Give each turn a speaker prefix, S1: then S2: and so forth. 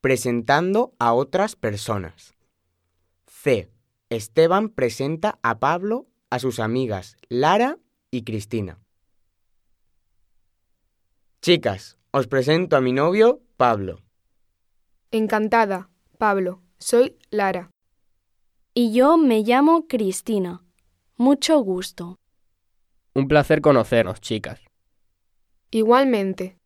S1: presentando a otras personas. C. Esteban presenta a Pablo a sus amigas Lara y Cristina. Chicas, os presento a mi novio Pablo.
S2: Encantada, Pablo. Soy Lara.
S3: Y yo me llamo Cristina. Mucho gusto.
S4: Un placer conocernos, chicas.
S2: Igualmente.